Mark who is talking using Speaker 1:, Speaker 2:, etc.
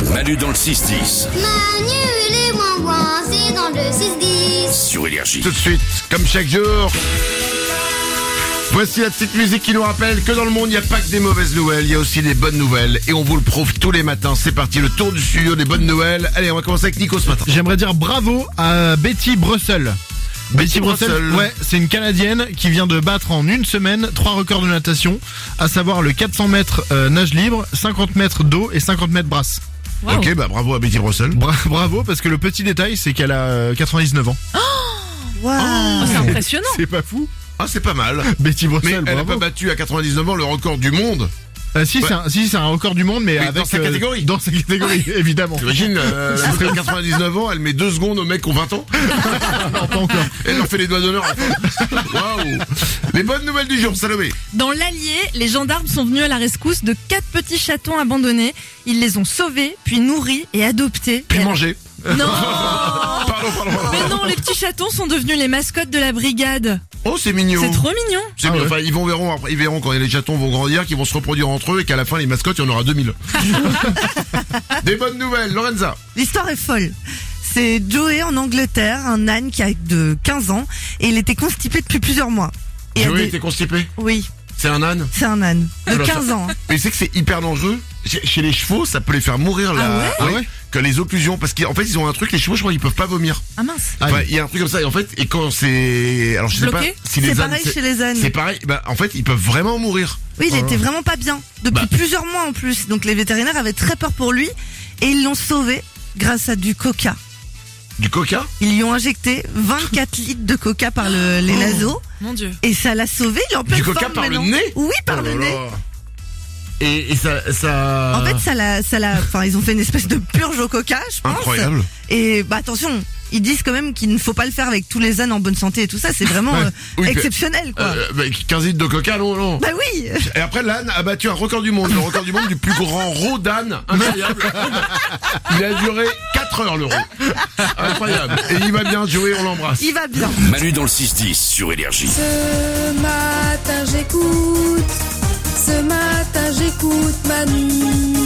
Speaker 1: Manu dans le 6-10
Speaker 2: Manu et les moins c'est dans le 6-10.
Speaker 1: sur Énergie.
Speaker 3: Tout de suite, comme chaque jour. Voici la petite musique qui nous rappelle que dans le monde, il n'y a pas que des mauvaises nouvelles, il y a aussi des bonnes nouvelles. Et on vous le prouve tous les matins. C'est parti, le tour du studio des bonnes nouvelles. Allez, on va commencer avec Nico ce matin.
Speaker 4: J'aimerais dire bravo à Betty Brussel.
Speaker 3: Betty Brussel.
Speaker 4: ouais, c'est une Canadienne qui vient de battre en une semaine trois records de natation, à savoir le 400 mètres euh, nage libre, 50 mètres d'eau et 50 mètres brasse.
Speaker 3: Ok, bah bravo à Betty Brussel.
Speaker 4: Bra- bravo, parce que le petit détail, c'est qu'elle a euh, 99 ans.
Speaker 5: Oh, c'est impressionnant.
Speaker 4: C'est pas fou
Speaker 3: Ah, c'est pas mal.
Speaker 4: Betty
Speaker 3: Mais
Speaker 4: Brussel,
Speaker 3: elle n'a
Speaker 4: bravo.
Speaker 3: pas battu à 99 ans le record du monde.
Speaker 4: Euh, si,
Speaker 3: Ouais.
Speaker 4: c'est un, si, c'est un record du monde, mais,
Speaker 3: Mais
Speaker 4: avec...
Speaker 3: dans sa
Speaker 4: euh,
Speaker 3: catégorie.
Speaker 4: Dans sa catégorie, évidemment.
Speaker 3: T'imagines, euh, après 99 ans, elle met deux secondes aux mecs qui ont 20 ans.
Speaker 4: Non, pas encore.
Speaker 3: Elle leur fait les doigts d'honneur. Waouh Les bonnes nouvelles du jour, Salomé.
Speaker 5: Dans l'Allier, les gendarmes sont venus à la rescousse de quatre petits chatons abandonnés. Ils les ont sauvés, puis nourris et adoptés.
Speaker 3: Puis
Speaker 5: Et-
Speaker 3: manger.
Speaker 5: Non Oh.
Speaker 3: Pardon, pardon. pardon.
Speaker 5: Mais non, les petits chatons sont devenus les mascottes de la brigade.
Speaker 3: Oh, c'est mignon.
Speaker 5: C'est trop mignon.
Speaker 3: C'est
Speaker 4: Ah
Speaker 3: bien.
Speaker 4: ouais.
Speaker 3: Enfin, ils vont verront, après, ils verront quand les chatons vont grandir, qu'ils vont se reproduire entre eux et qu'à la fin, les mascottes, il y en aura 2000. Des bonnes nouvelles, Lorenza.
Speaker 6: L'histoire est folle. C'est Joey en Angleterre, un âne qui a de 15 ans et il était constipé depuis plusieurs mois. Et a
Speaker 3: Joey
Speaker 6: des-
Speaker 3: était constipé.
Speaker 6: Oui,
Speaker 3: C'est un âne.
Speaker 6: c'est un âne de
Speaker 3: Alors, ça-
Speaker 6: 15 ans.
Speaker 3: Mais c'est que c'est hyper dangereux. Chez chez les chevaux, ça peut les faire mourir là.
Speaker 4: Ah ouais Ah ouais
Speaker 3: Que les occlusions, parce qu'en fait, ils ont un truc. Les chevaux, je crois, ils peuvent pas vomir.
Speaker 5: Ah mince.
Speaker 3: Enfin, il y a un truc comme ça. Et en fait, et quand c'est, alors je sais
Speaker 5: Bloqué
Speaker 3: pas si les
Speaker 6: C'est
Speaker 3: ânes,
Speaker 6: pareil
Speaker 3: c'est-
Speaker 6: chez les ânes.
Speaker 3: c'est pareil. Bah, en fait, ils peuvent vraiment mourir.
Speaker 6: Oui, il était vraiment pas bien depuis
Speaker 3: Hein. Bah.
Speaker 6: plusieurs mois en plus. Donc les vétérinaires avaient très peur pour lui et ils l'ont sauvé grâce à du coca.
Speaker 3: Du coca.
Speaker 6: Ils lui ont injecté 24 litres de coca par le- les naseaux
Speaker 5: Mon dieu.
Speaker 6: et ça l'a sauvé. Il est en pleine
Speaker 3: Oh. coca
Speaker 6: forme
Speaker 3: par le
Speaker 6: maintenant.
Speaker 3: nez
Speaker 6: Oui, par
Speaker 3: Oh
Speaker 6: le
Speaker 3: là Ah.
Speaker 6: nez.
Speaker 3: là. Et, et ça, ça.
Speaker 6: En fait, ça l'a, ça l'a. Enfin, ils ont fait une espèce de purge au coca, je pense.
Speaker 3: incroyable.
Speaker 6: Et bah attention, ils disent quand même qu'il ne faut pas le faire avec tous les ânes en bonne santé et tout ça, c'est vraiment euh,
Speaker 3: Oui, puis-
Speaker 6: exceptionnel quoi.
Speaker 3: Euh, bah, 15 litres de coca, non, non.
Speaker 6: Bah oui
Speaker 3: Et après, l'âne a battu un record du monde, le record du monde du plus grand roue d'âne. Incroyable. Il a duré 4 heures, le roue. Incroyable. Et il va bien jouer, on l'embrasse.
Speaker 6: Il va bien
Speaker 1: Manu dans le 6-10 sur Énergie.
Speaker 7: Ce matin j'écoute, ce matin j'écoute Manu.